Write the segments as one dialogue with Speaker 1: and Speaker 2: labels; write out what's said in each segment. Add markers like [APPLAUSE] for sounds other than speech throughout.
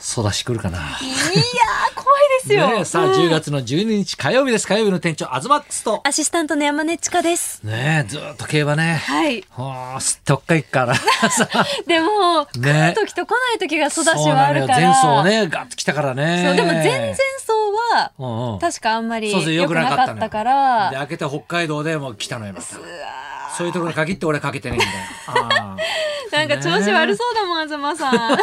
Speaker 1: 育しくるかな。
Speaker 2: いやー、怖いですよ。
Speaker 1: ねえさあ、
Speaker 2: うん
Speaker 1: 10月の12日火曜日です。火曜日の店長、アズマックスと。
Speaker 2: アシスタントの山根千佳です。
Speaker 1: ねえ、ずーっと競馬ね。
Speaker 2: はい。
Speaker 1: はあ、すっとっかいっ
Speaker 2: [LAUGHS]
Speaker 1: から。さあ
Speaker 2: でも、来
Speaker 1: ね
Speaker 2: る時と来ない時が育ち
Speaker 1: [LAUGHS] そう
Speaker 2: は
Speaker 1: な
Speaker 2: あ
Speaker 1: の
Speaker 2: る
Speaker 1: よ。
Speaker 2: から。
Speaker 1: 前走ね、ガッと来たからね。
Speaker 2: そうでも全然走は、
Speaker 1: うんうん
Speaker 2: 確かあんまり
Speaker 1: そうそう
Speaker 2: 良
Speaker 1: 良
Speaker 2: く
Speaker 1: く
Speaker 2: な
Speaker 1: な
Speaker 2: か
Speaker 1: か
Speaker 2: っ
Speaker 1: ったた
Speaker 2: か
Speaker 1: のよ
Speaker 2: ら。
Speaker 1: で、開けた北海道でもう来たのよ、また。
Speaker 2: うわ
Speaker 1: そういうところに限って俺かけてねえんだよ。ああ
Speaker 2: ーなんか調子悪そうだもん、東さん。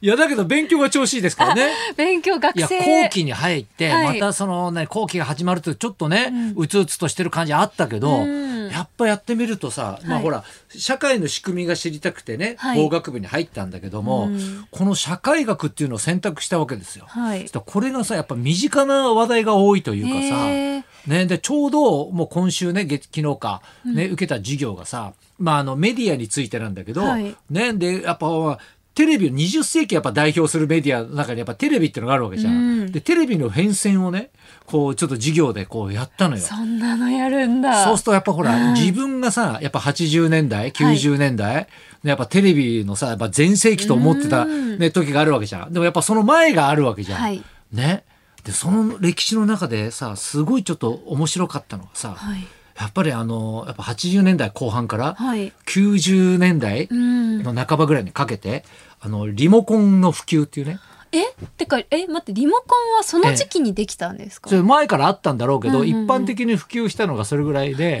Speaker 1: いや、だけど勉強が調子いいですからね。
Speaker 2: 勉強学
Speaker 1: いや、
Speaker 2: 生。
Speaker 1: 後期に入って、
Speaker 2: はい
Speaker 1: またそのね、後期が始まるとちょっとね、うつうつとしてる感じあったけど、
Speaker 2: うん
Speaker 1: やっぱやってみるとさ、ま
Speaker 2: は
Speaker 1: あ
Speaker 2: い
Speaker 1: ほら、社会の仕組みが知りたくてね、
Speaker 2: はい
Speaker 1: 法学部に入ったんだけども、
Speaker 2: うん
Speaker 1: この社会学っていうのを選択したわけですよ。
Speaker 2: はい
Speaker 1: そし。たらこれがさ、やっぱ身近な話題が多いというかさ、
Speaker 2: へー
Speaker 1: ね、でちょうどもう今週ね月昨日か、ね受けた授業がさ、まあ、あのメディアについてなんだけど、
Speaker 2: はい
Speaker 1: ね、でやっぱテレビ20世紀やっぱ代表するメディアの中にやっぱテレビっていうのがあるわけじゃん。
Speaker 2: うん
Speaker 1: でテレビの変遷をねこうちょっと授業でこうやったのよ。
Speaker 2: そんなのやるんだ。
Speaker 1: そうするとやっぱほら、
Speaker 2: うん
Speaker 1: 自分がさやっぱ80年代90年代、ねやっぱテレビのさやっぱ全盛期と思ってた、
Speaker 2: うん
Speaker 1: ね、時があるわけじゃんでもやっぱその前があるわけじゃん。
Speaker 2: はい
Speaker 1: ね、でその歴史の中でさすごいちょっと面白かったのがさ、
Speaker 2: はい。
Speaker 1: やっぱりあのやっぱ80年代後半から
Speaker 2: はい。
Speaker 1: 90年代
Speaker 2: うん。
Speaker 1: の半ばぐらいにかけて、あのリモコンの普及っていうね
Speaker 2: えてかえ待ってリモコンはその時期にできたんですか
Speaker 1: それ前からあったんだろうけど、
Speaker 2: うんうんうん
Speaker 1: 一般的に普及したのがそれぐらいで。
Speaker 2: え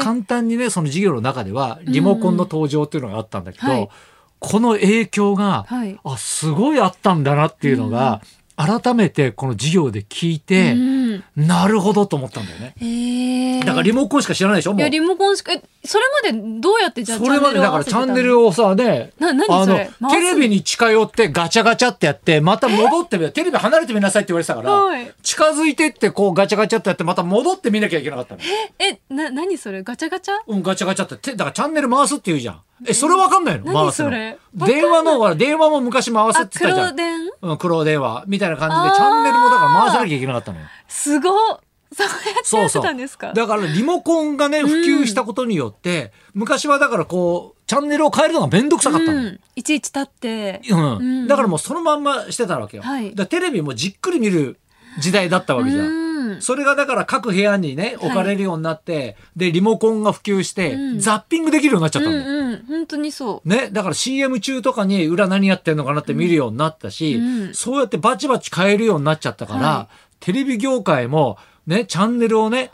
Speaker 1: ね、簡単にねその授業の中ではリモコンの登場っていうのがあったんだけど、
Speaker 2: うんはい
Speaker 1: この影響が、
Speaker 2: はい
Speaker 1: あすごいあったんだなっていうのが、改めてこの授業で聞いて、
Speaker 2: うん
Speaker 1: なるほどと思ったんだよね。
Speaker 2: え
Speaker 1: だからリモコンしか知らないでしょ
Speaker 2: い
Speaker 1: も
Speaker 2: や
Speaker 1: う
Speaker 2: リモコンしかえそれまでどうやってじゃあ
Speaker 1: それまでだからチャンネル
Speaker 2: を
Speaker 1: をさね
Speaker 2: な何
Speaker 1: あ
Speaker 2: そ
Speaker 1: の
Speaker 2: れ回す
Speaker 1: テレビに近寄ってガチャガチャってやってまた戻ってみようテレビ離れてみなさいって言われてたから、
Speaker 2: はい合わせてたんだ
Speaker 1: 近づいてってこうガチャガチャってやってまた戻って見なきゃいけなかったの。
Speaker 2: はいえな何それガチャガチャ
Speaker 1: うん、ガチャガチャって、てだからチャンネル回すって言うじゃん。え、それわかんないの
Speaker 2: 何
Speaker 1: 回すの。
Speaker 2: それ
Speaker 1: 電話の、ほら、電話も昔回すっ
Speaker 2: あ
Speaker 1: て言ったじゃ
Speaker 2: 黒
Speaker 1: ん。
Speaker 2: 電
Speaker 1: うん、黒電話みたいな感じ
Speaker 2: あー
Speaker 1: でチャンネルもだから回さなきゃいけなかったのよ。
Speaker 2: すごっそうやってやってたんですか
Speaker 1: だからリモコンがね普及したことによって、昔はだからこうチャンネルを変えるのが面倒くさかったの、
Speaker 2: う
Speaker 1: うん
Speaker 2: ん、いちいち立ってうん
Speaker 1: だからもうそのまんましてたわけよ、
Speaker 2: はい
Speaker 1: だからテレビもじっくり見る時代だったわけじゃん、
Speaker 2: うん
Speaker 1: それがだから各部屋にね置かれるようになって、でリモコンが普及して、
Speaker 2: うん
Speaker 1: ザッピングできるようになっちゃった
Speaker 2: う
Speaker 1: の、
Speaker 2: んうん本当にそ
Speaker 1: ね、だから CM 中とかに裏何やってんのかなって見るようになったし、
Speaker 2: うん
Speaker 1: そうやってバチバチ変えるようになっちゃったから、
Speaker 2: は
Speaker 1: テレビ業界もねチャンネルをね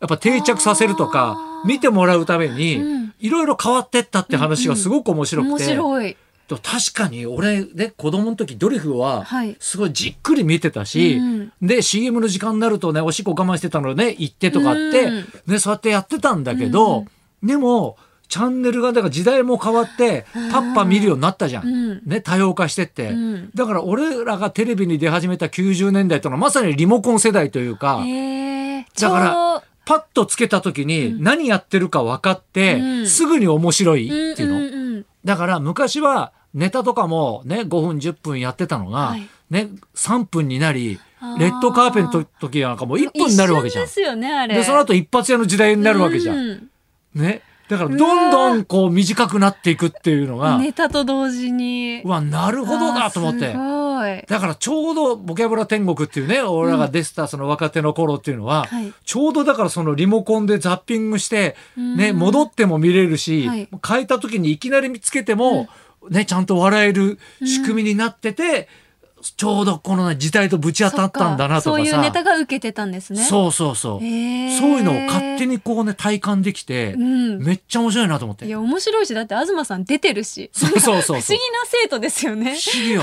Speaker 1: やっぱ定着させるとか
Speaker 2: あー
Speaker 1: 見てもらうために、
Speaker 2: うん
Speaker 1: いろいろ変わってったって話がすごく面
Speaker 2: う
Speaker 1: 白
Speaker 2: 面
Speaker 1: くて、
Speaker 2: 白い
Speaker 1: と確かに俺ね子供の時ドリフは
Speaker 2: はい
Speaker 1: すごいじっくり見てたし、
Speaker 2: うん
Speaker 1: で CM の時間になるとねおしっこ我慢してたのね行ってとかあって、
Speaker 2: うん
Speaker 1: ね、そうやってやってたんだけど、でもチャンネルがだから時代も変わってパッパ見るようになったじゃん、
Speaker 2: うん
Speaker 1: ね、多様化してって、
Speaker 2: うん
Speaker 1: だから俺らがテレビに出始めた90年代というのはまさにリモコン世代というか。
Speaker 2: えー、
Speaker 1: だから
Speaker 2: ち
Speaker 1: パッとつけた時に何やってるか分かって、
Speaker 2: うん
Speaker 1: すぐに面白い
Speaker 2: ょうど
Speaker 1: っていうの、
Speaker 2: うんうんうん
Speaker 1: だから昔はネタとかもね5分10分やってたのが、
Speaker 2: はい
Speaker 1: ね、3分になり
Speaker 2: あー
Speaker 1: レッドカーペンの時なんかもう1分になるわけじゃん
Speaker 2: 一。瞬ですよねあれ
Speaker 1: でその後一発屋の時代になるわけじゃ。
Speaker 2: うんん
Speaker 1: ね、だからどんどんこう短くなっていくっていうのが
Speaker 2: ネタと同時に
Speaker 1: うわなるほどだと思っ
Speaker 2: あー
Speaker 1: て
Speaker 2: す。ごい
Speaker 1: だからちょうど「ボキャブラ天国」っていうね俺らが出てたその若手の頃っていうのは、
Speaker 2: はい
Speaker 1: ちょうどだからそのリモコンでザッピングして、ね、
Speaker 2: うん
Speaker 1: 戻っても見れるし、
Speaker 2: はい
Speaker 1: 変えた時にいきなり見つけても、ね、ちゃんと笑える仕組みになってて、ちょうどこのね時代とぶち当たったんだなとかさ
Speaker 2: そっそういうネタが受けてたんですねう、
Speaker 1: そうそうそう、そういうのを勝手
Speaker 2: に、
Speaker 1: にこうね体感できて、
Speaker 2: うん、
Speaker 1: めっちゃ面白いなと思って
Speaker 2: い。や面白いしだって東さん出てるし
Speaker 1: そうそうそう
Speaker 2: 不思
Speaker 1: そ
Speaker 2: 議 [LAUGHS]
Speaker 1: う
Speaker 2: な。生徒ですよね
Speaker 1: 不思議
Speaker 2: [LAUGHS]
Speaker 1: よ。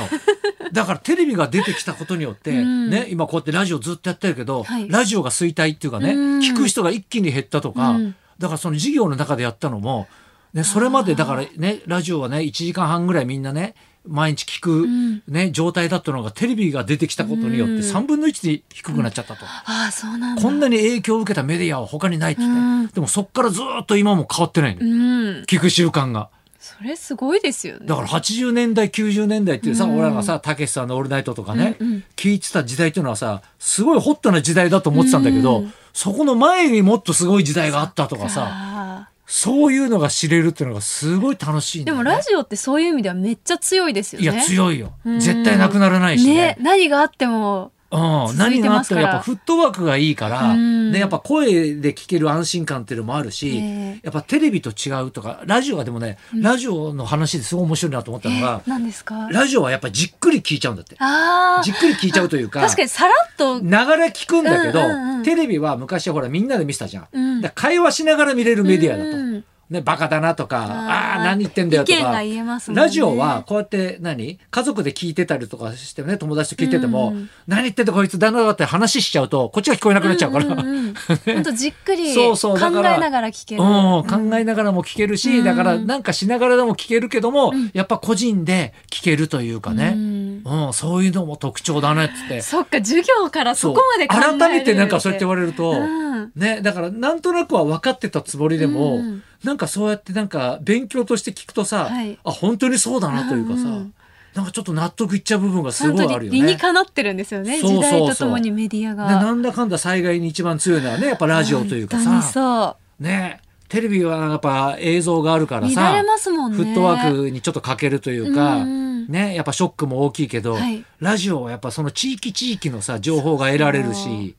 Speaker 1: だからテレビが出てきたことによって、
Speaker 2: うん
Speaker 1: ね、今こうやってラジオずっとやってるけど、
Speaker 2: はい
Speaker 1: ラジオが衰退っていうかね、
Speaker 2: うん
Speaker 1: 聞く人が一気に減ったとか、
Speaker 2: うん
Speaker 1: だからその授業の中でやったのも、ね、それまでだからね、ラジオはね、1時間半ぐらいみんなね、毎日聞く、
Speaker 2: ん
Speaker 1: ね、状態だったのがテレビが出てきたことによって
Speaker 2: うん
Speaker 1: 3分の1で低くなっちゃったと。
Speaker 2: ああそうなんだ
Speaker 1: こんなに影響を受けたメディアは他にないって言って、
Speaker 2: うん
Speaker 1: でもそっからずっと今も変わってないの、
Speaker 2: うん
Speaker 1: 聞く習慣が。
Speaker 2: それすごいですよね
Speaker 1: だから80年代90年代っていうさ、
Speaker 2: うん
Speaker 1: 俺らがさたけしさんの「オールナイト」とかね、
Speaker 2: うんうん
Speaker 1: 聞いてた時代っていうのはさすごいホットな時代だと思ってたんだけど、
Speaker 2: うん
Speaker 1: そこの前にもっとすごい時代があったとかさ
Speaker 2: さ
Speaker 1: そういうのが知れるっていうのがすごい楽しいんだ
Speaker 2: で
Speaker 1: よ
Speaker 2: も
Speaker 1: ね、
Speaker 2: ラジオってそういう意味ではめっちゃ強いですよ
Speaker 1: い
Speaker 2: ね。
Speaker 1: や強いよ
Speaker 2: うん
Speaker 1: 絶対なくならないしね
Speaker 2: ね何があっても
Speaker 1: うん、
Speaker 2: 続
Speaker 1: 何
Speaker 2: いて
Speaker 1: があ
Speaker 2: ま
Speaker 1: っ
Speaker 2: す
Speaker 1: て
Speaker 2: か
Speaker 1: も
Speaker 2: ら
Speaker 1: やっぱフットワークがいいから、
Speaker 2: うん
Speaker 1: ね、やっぱ声で聞ける安心感っていうのもあるし、
Speaker 2: ええ
Speaker 1: やっぱテレビと違うとかラジオはでもね、ラジオの話ですごい面白いなと思ったのが、
Speaker 2: 何ですか
Speaker 1: ラジオはやっぱじっくり聞いちゃうんだって
Speaker 2: あ
Speaker 1: じ
Speaker 2: ー
Speaker 1: っくり聞いちゃうというか
Speaker 2: 確かにさらっと、
Speaker 1: 流れ聞くんだけど、
Speaker 2: うんうんうん
Speaker 1: テレビは昔はほらみんなで見せたじゃん、
Speaker 2: うん
Speaker 1: だから会話しながら見れるメディアだと、
Speaker 2: うん
Speaker 1: ね、バカだなとかあ
Speaker 2: あー
Speaker 1: あー何言ってんだよ
Speaker 2: 意
Speaker 1: と
Speaker 2: 見
Speaker 1: か
Speaker 2: が言えますもんね
Speaker 1: ラジオはこうやって何家族で聞いてたりとかしてね友達と聞いてても、
Speaker 2: うん
Speaker 1: 何言ってんだこいつ旦那だって話しちゃうとこっちが聞こえなくなっちゃうから、うん
Speaker 2: んんん本当じっくり
Speaker 1: そ
Speaker 2: 考
Speaker 1: うそう
Speaker 2: え
Speaker 1: だから
Speaker 2: ながら聞ける。
Speaker 1: 考えながらも聞けるし、
Speaker 2: うん
Speaker 1: だからなんかしながらでも聞けるけども、
Speaker 2: ん
Speaker 1: やっぱ個人で聞けるというか
Speaker 2: う
Speaker 1: ね、
Speaker 2: ん
Speaker 1: うんそういうのも特徴だねっつって
Speaker 2: そっか授業からそこまで考えれる
Speaker 1: そう改めてなんかそうやって言われると、
Speaker 2: うん
Speaker 1: ね、だからなんとなくは分かってたつもりでも、
Speaker 2: うん
Speaker 1: なんかそうやってなんか勉強として聞くとさ、
Speaker 2: はい
Speaker 1: あ本当にそうだなというかさ、
Speaker 2: うんうん
Speaker 1: なんかちょっと納得いっちゃう部分がす
Speaker 2: 本
Speaker 1: ごい
Speaker 2: 当
Speaker 1: あ
Speaker 2: に
Speaker 1: るよ
Speaker 2: 理
Speaker 1: ね。
Speaker 2: に
Speaker 1: で
Speaker 2: かなってるんですよね
Speaker 1: そうそうそう
Speaker 2: 時代とともにメディアが。
Speaker 1: なんだかんだ災害に一番強いのはねやっぱラジオというか
Speaker 2: 本当に
Speaker 1: さ、
Speaker 2: そ
Speaker 1: ね、テレビはやっぱ映像があるから
Speaker 2: う
Speaker 1: さ
Speaker 2: 乱れ、ますもん
Speaker 1: フ
Speaker 2: ね。
Speaker 1: ットワークにちょっと欠けるというか、
Speaker 2: うんうん
Speaker 1: ね、やっぱショックも大きいけど、
Speaker 2: はい
Speaker 1: ラジオはやっぱその地域地域のさ情報が得られるし、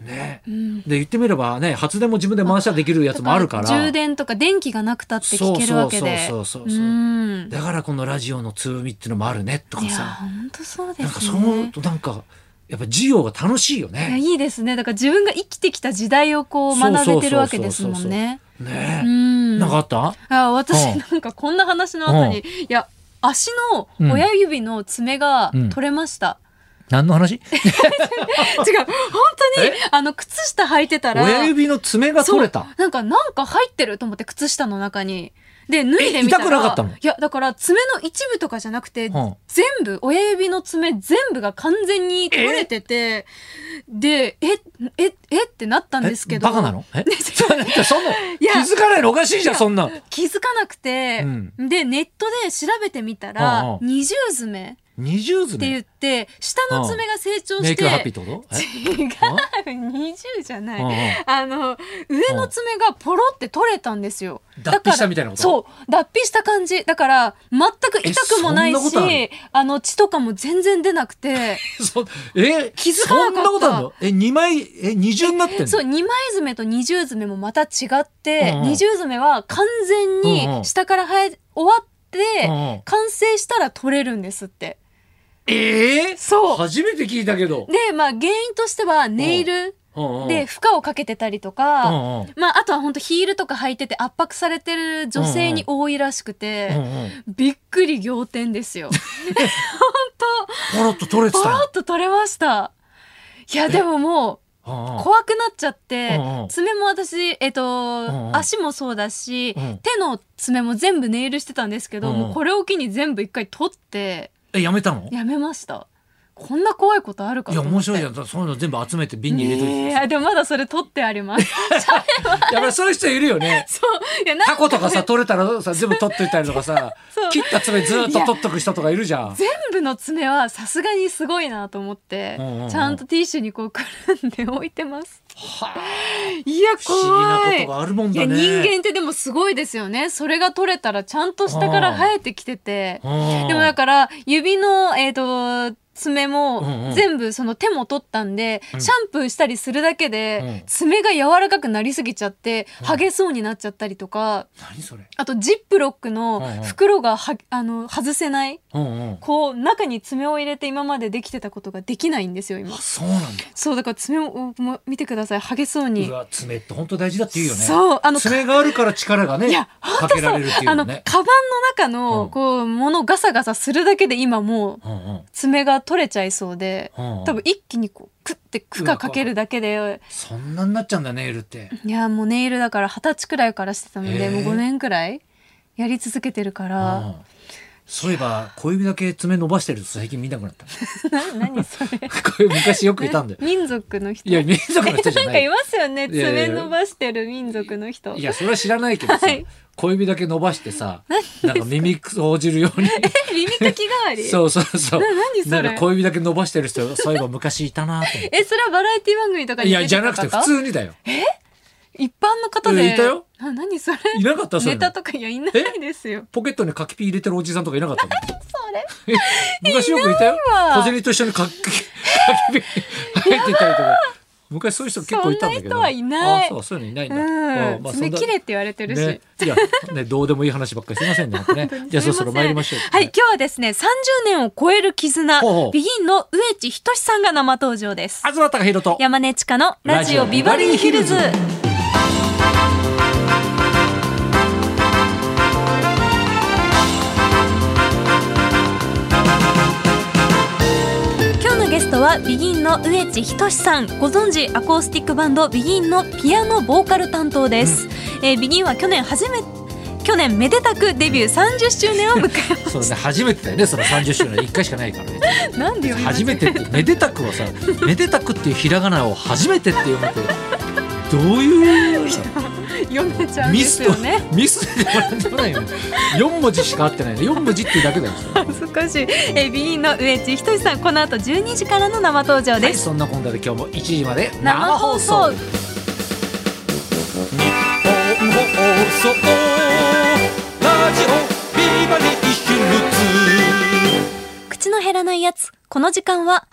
Speaker 1: ね、で言ってみればね発電も自分で回しはできるやつもあるから
Speaker 2: だ充電とか電気がなくたって聞けるわけで。
Speaker 1: そうそうそうそうそう
Speaker 2: うん
Speaker 1: だからこのラジオの強みっていうのもあるねとか
Speaker 2: いや
Speaker 1: さ、
Speaker 2: 本当そうですね。
Speaker 1: なんかそのなんかやっぱ授業が楽しいよ
Speaker 2: いや
Speaker 1: ね。
Speaker 2: いいですね。だから自分が生きてきた時代をこう学べてるわけですもんね。
Speaker 1: ね
Speaker 2: う
Speaker 1: え、
Speaker 2: ん。
Speaker 1: なんかあった？
Speaker 2: あ私
Speaker 1: うん
Speaker 2: なんかこんな話の後に、
Speaker 1: う
Speaker 2: いや足の親指の爪が
Speaker 1: うん
Speaker 2: 取れました、 [LAUGHS]
Speaker 1: 何の話？
Speaker 2: 違う本当に
Speaker 1: え
Speaker 2: あの靴下履いてたら
Speaker 1: 親指の爪が取れた
Speaker 2: そう。なんかなんか入ってると思って靴下の中にで脱いでみたら
Speaker 1: え痛くなかったの
Speaker 2: いやだから爪の一部とかじゃなくて、
Speaker 1: うん
Speaker 2: 全部親指の爪全部が完全に取れててでえええってなったんですけど
Speaker 1: バカなの？
Speaker 2: [LAUGHS]
Speaker 1: え？そんな気
Speaker 2: や
Speaker 1: づかないのおかしいじゃんそんな。
Speaker 2: 気づかなくて、
Speaker 1: うん
Speaker 2: でネットで調べてみたら、
Speaker 1: うんうん
Speaker 2: 二重爪
Speaker 1: 二重
Speaker 2: って言
Speaker 1: 爪。
Speaker 2: って下の爪が成長
Speaker 1: メ
Speaker 2: し、
Speaker 1: イクハッピーっててこと？
Speaker 2: 違う [LAUGHS] 二重じゃない、
Speaker 1: うんうん
Speaker 2: あの上の爪がポロって取れたんですよ
Speaker 1: 脱皮
Speaker 2: だから
Speaker 1: したみたいなこと
Speaker 2: そう脱皮した感じだから全く痛くもない
Speaker 1: えそんなことあ
Speaker 2: し
Speaker 1: る
Speaker 2: あの血とかも全然出なくて
Speaker 1: え？ [LAUGHS] そえ？
Speaker 2: 気づかなかった
Speaker 1: そんなことあるの？え二枚え二重になってんの？
Speaker 2: そう二枚爪と二重爪もまた違って、
Speaker 1: うんうん
Speaker 2: 二重爪は完全
Speaker 1: うんう
Speaker 2: に
Speaker 1: ん
Speaker 2: 下から生え終わって、
Speaker 1: うんうん
Speaker 2: 完成したら取れるんですって
Speaker 1: ええ？
Speaker 2: そう
Speaker 1: 初めて聞いたけど。
Speaker 2: でまあ原因としてはネイル
Speaker 1: うんうん
Speaker 2: で負荷をかけてたりとか、
Speaker 1: うんうん
Speaker 2: まあ、あとは本当ヒールとか履いてて圧迫されてる女性に多いらしくて、
Speaker 1: うんうん
Speaker 2: びっくり仰天で
Speaker 1: [LAUGHS]
Speaker 2: すよ。
Speaker 1: ポロッと取れて
Speaker 2: パ
Speaker 1: た
Speaker 2: ラッと取れました。いやでももう
Speaker 1: の。
Speaker 2: 怖くなっちゃって
Speaker 1: うんうん
Speaker 2: 爪も私、えっ
Speaker 1: んう
Speaker 2: と、
Speaker 1: ん
Speaker 2: 足もそうだし
Speaker 1: うん
Speaker 2: 手の爪も全部ネイルしてたんですけど
Speaker 1: うんうん
Speaker 2: もうこれを機に全部一回取って
Speaker 1: えやめたの？
Speaker 2: やめました。こんな怖いことあるか
Speaker 1: いや
Speaker 2: と
Speaker 1: 面
Speaker 2: 思って
Speaker 1: 白いじゃん。そういうの全部集めて瓶に入れといて。
Speaker 2: いやでもまだそれ取ってあります。 [LAUGHS]
Speaker 1: やっぱりそういう人いるよね。
Speaker 2: そういやなん
Speaker 1: タコとかさ取れたらさ全部取っといたりとかさ
Speaker 2: [LAUGHS] そう
Speaker 1: 切った爪ずっと取っとく人とかいるじゃん。
Speaker 2: 全部の爪はさすがにすごいなと思って、
Speaker 1: うんうんうん
Speaker 2: ちゃんとティッシュにこうくるんで置いてます
Speaker 1: はあ
Speaker 2: いや
Speaker 1: 不思議な
Speaker 2: 怖
Speaker 1: こ
Speaker 2: い
Speaker 1: とがあるもん
Speaker 2: い
Speaker 1: だ
Speaker 2: や
Speaker 1: ね。
Speaker 2: 人間ってでもすごいですよねそれが取れたらちゃんと下から生えてきてて
Speaker 1: うん
Speaker 2: でもだから指のえっ、と爪
Speaker 1: うんう
Speaker 2: も
Speaker 1: ん
Speaker 2: 全部その手も取ったんで、
Speaker 1: ん
Speaker 2: シャンプーしたりするだけで
Speaker 1: うん
Speaker 2: 爪が柔らかくなりすぎちゃって剥げそうになっちゃったりとか
Speaker 1: 何それ。
Speaker 2: あとジップロッ
Speaker 1: う
Speaker 2: ク
Speaker 1: んう
Speaker 2: の
Speaker 1: ん
Speaker 2: 袋がはあの外せない
Speaker 1: うんうん。
Speaker 2: こう中に爪を入れて今までできてたことができないんですよ今
Speaker 1: あそうなんだ。
Speaker 2: そうだから爪をおも見てください剥げそうに
Speaker 1: うわ爪って本当大事だって言うよね。
Speaker 2: そうあの
Speaker 1: 爪があるから力が
Speaker 2: い
Speaker 1: ね
Speaker 2: や
Speaker 1: かけられるっていうよ
Speaker 2: あの
Speaker 1: ね。
Speaker 2: カバンの中の、
Speaker 1: うん
Speaker 2: こう物をガサガサするだけで今も
Speaker 1: う
Speaker 2: う
Speaker 1: んうん
Speaker 2: 爪が取れちゃいそうで、
Speaker 1: うんうん
Speaker 2: 多分一気にこうクッて負荷かけるだけで、
Speaker 1: そんなになっちゃうんだネイルって。
Speaker 2: いやもうネイルだから二十歳くらいからしてたので、
Speaker 1: へー
Speaker 2: もう5年くらいやり続けてるから、 [LAUGHS]
Speaker 1: うんそういえば小指だけ爪伸ばしてると最近見なくなった。 [LAUGHS]
Speaker 2: な何それ
Speaker 1: これ昔よくいたんだよ。
Speaker 2: 民族の人
Speaker 1: いや民族の人じ
Speaker 2: な
Speaker 1: ゃ
Speaker 2: ん
Speaker 1: な
Speaker 2: かい
Speaker 1: い。
Speaker 2: ますよね
Speaker 1: いやいやい
Speaker 2: 爪
Speaker 1: や
Speaker 2: 伸ばしてる民族の人
Speaker 1: いやそれは知らないけどさ、
Speaker 2: はい
Speaker 1: 小指だけ伸ばしてさなんか耳くそをじるように
Speaker 2: 耳かき代わり
Speaker 1: そうそうそう
Speaker 2: な [LAUGHS] 何それ
Speaker 1: なんか小指だけ伸ばしてる人そういえば昔いたなと思
Speaker 2: [LAUGHS]
Speaker 1: っ
Speaker 2: えそれはバラエティ番組とか
Speaker 1: て
Speaker 2: に
Speaker 1: い
Speaker 2: 出て
Speaker 1: や
Speaker 2: た
Speaker 1: じゃなくて
Speaker 2: 方
Speaker 1: 普通にだよ
Speaker 2: 一般の方
Speaker 1: うん
Speaker 2: で
Speaker 1: いたよ
Speaker 2: な何それ
Speaker 1: いなかったそれ
Speaker 2: ネタとかいやいないですよ
Speaker 1: ポケットに柿ピー入れてるおじさんとかいなかったの
Speaker 2: それ
Speaker 1: え昔よくいたよ
Speaker 2: わ
Speaker 1: 小銭と一緒にかっき [LAUGHS] 入ってたりとか昔そういう人結構いたんだけど
Speaker 2: そんな人はいない
Speaker 1: あそうそういうのいないんだ、あ
Speaker 2: うん、
Speaker 1: まあそ
Speaker 2: 爪
Speaker 1: んな
Speaker 2: 切れって言われてるし、
Speaker 1: ね、いや、ね、どうでもいい話ばっかりすみませんね。本当ね
Speaker 2: 本当に
Speaker 1: じゃあそろそろ
Speaker 2: すいません
Speaker 1: 参りましょう。
Speaker 2: はい、今日はですね30年を超える絆
Speaker 1: ほうほう
Speaker 2: ビギンの上地仁さんが生登場です
Speaker 1: 東貴博と。
Speaker 2: 山根千佳のラジオビバリーヒルズ
Speaker 1: ラジオビ
Speaker 2: 今日のゲストはビギンの上地仁さんご存知アコースティックバンドビギンのピアノボーカル担当です、えービギンは去年初め去年めでたくデビュー30周年を迎えまし
Speaker 1: そうね、初めてだよね、その三十周年一回しかないからね。
Speaker 2: た [LAUGHS] なんでよ今
Speaker 1: 初めてって、めでたくをさ、めでたくっていうひらがなを初めてって読むって。どう
Speaker 2: [LAUGHS]
Speaker 1: いう
Speaker 2: 読めちゃうんで
Speaker 1: ミス
Speaker 2: す
Speaker 1: と
Speaker 2: よね、
Speaker 1: ミスでもなんでもないよね。四文字しか合ってないね、四文字っていうだけだよ。
Speaker 2: 少し、えー、ビギンの上地仁さんこの後12時からの生登場
Speaker 1: は
Speaker 2: で
Speaker 1: い、
Speaker 2: す、
Speaker 1: そんなこんなで今日も1時まで
Speaker 2: 生放送
Speaker 1: 日本放送ラジオビバリーヒルズ
Speaker 2: 口の減らないやつこの時間は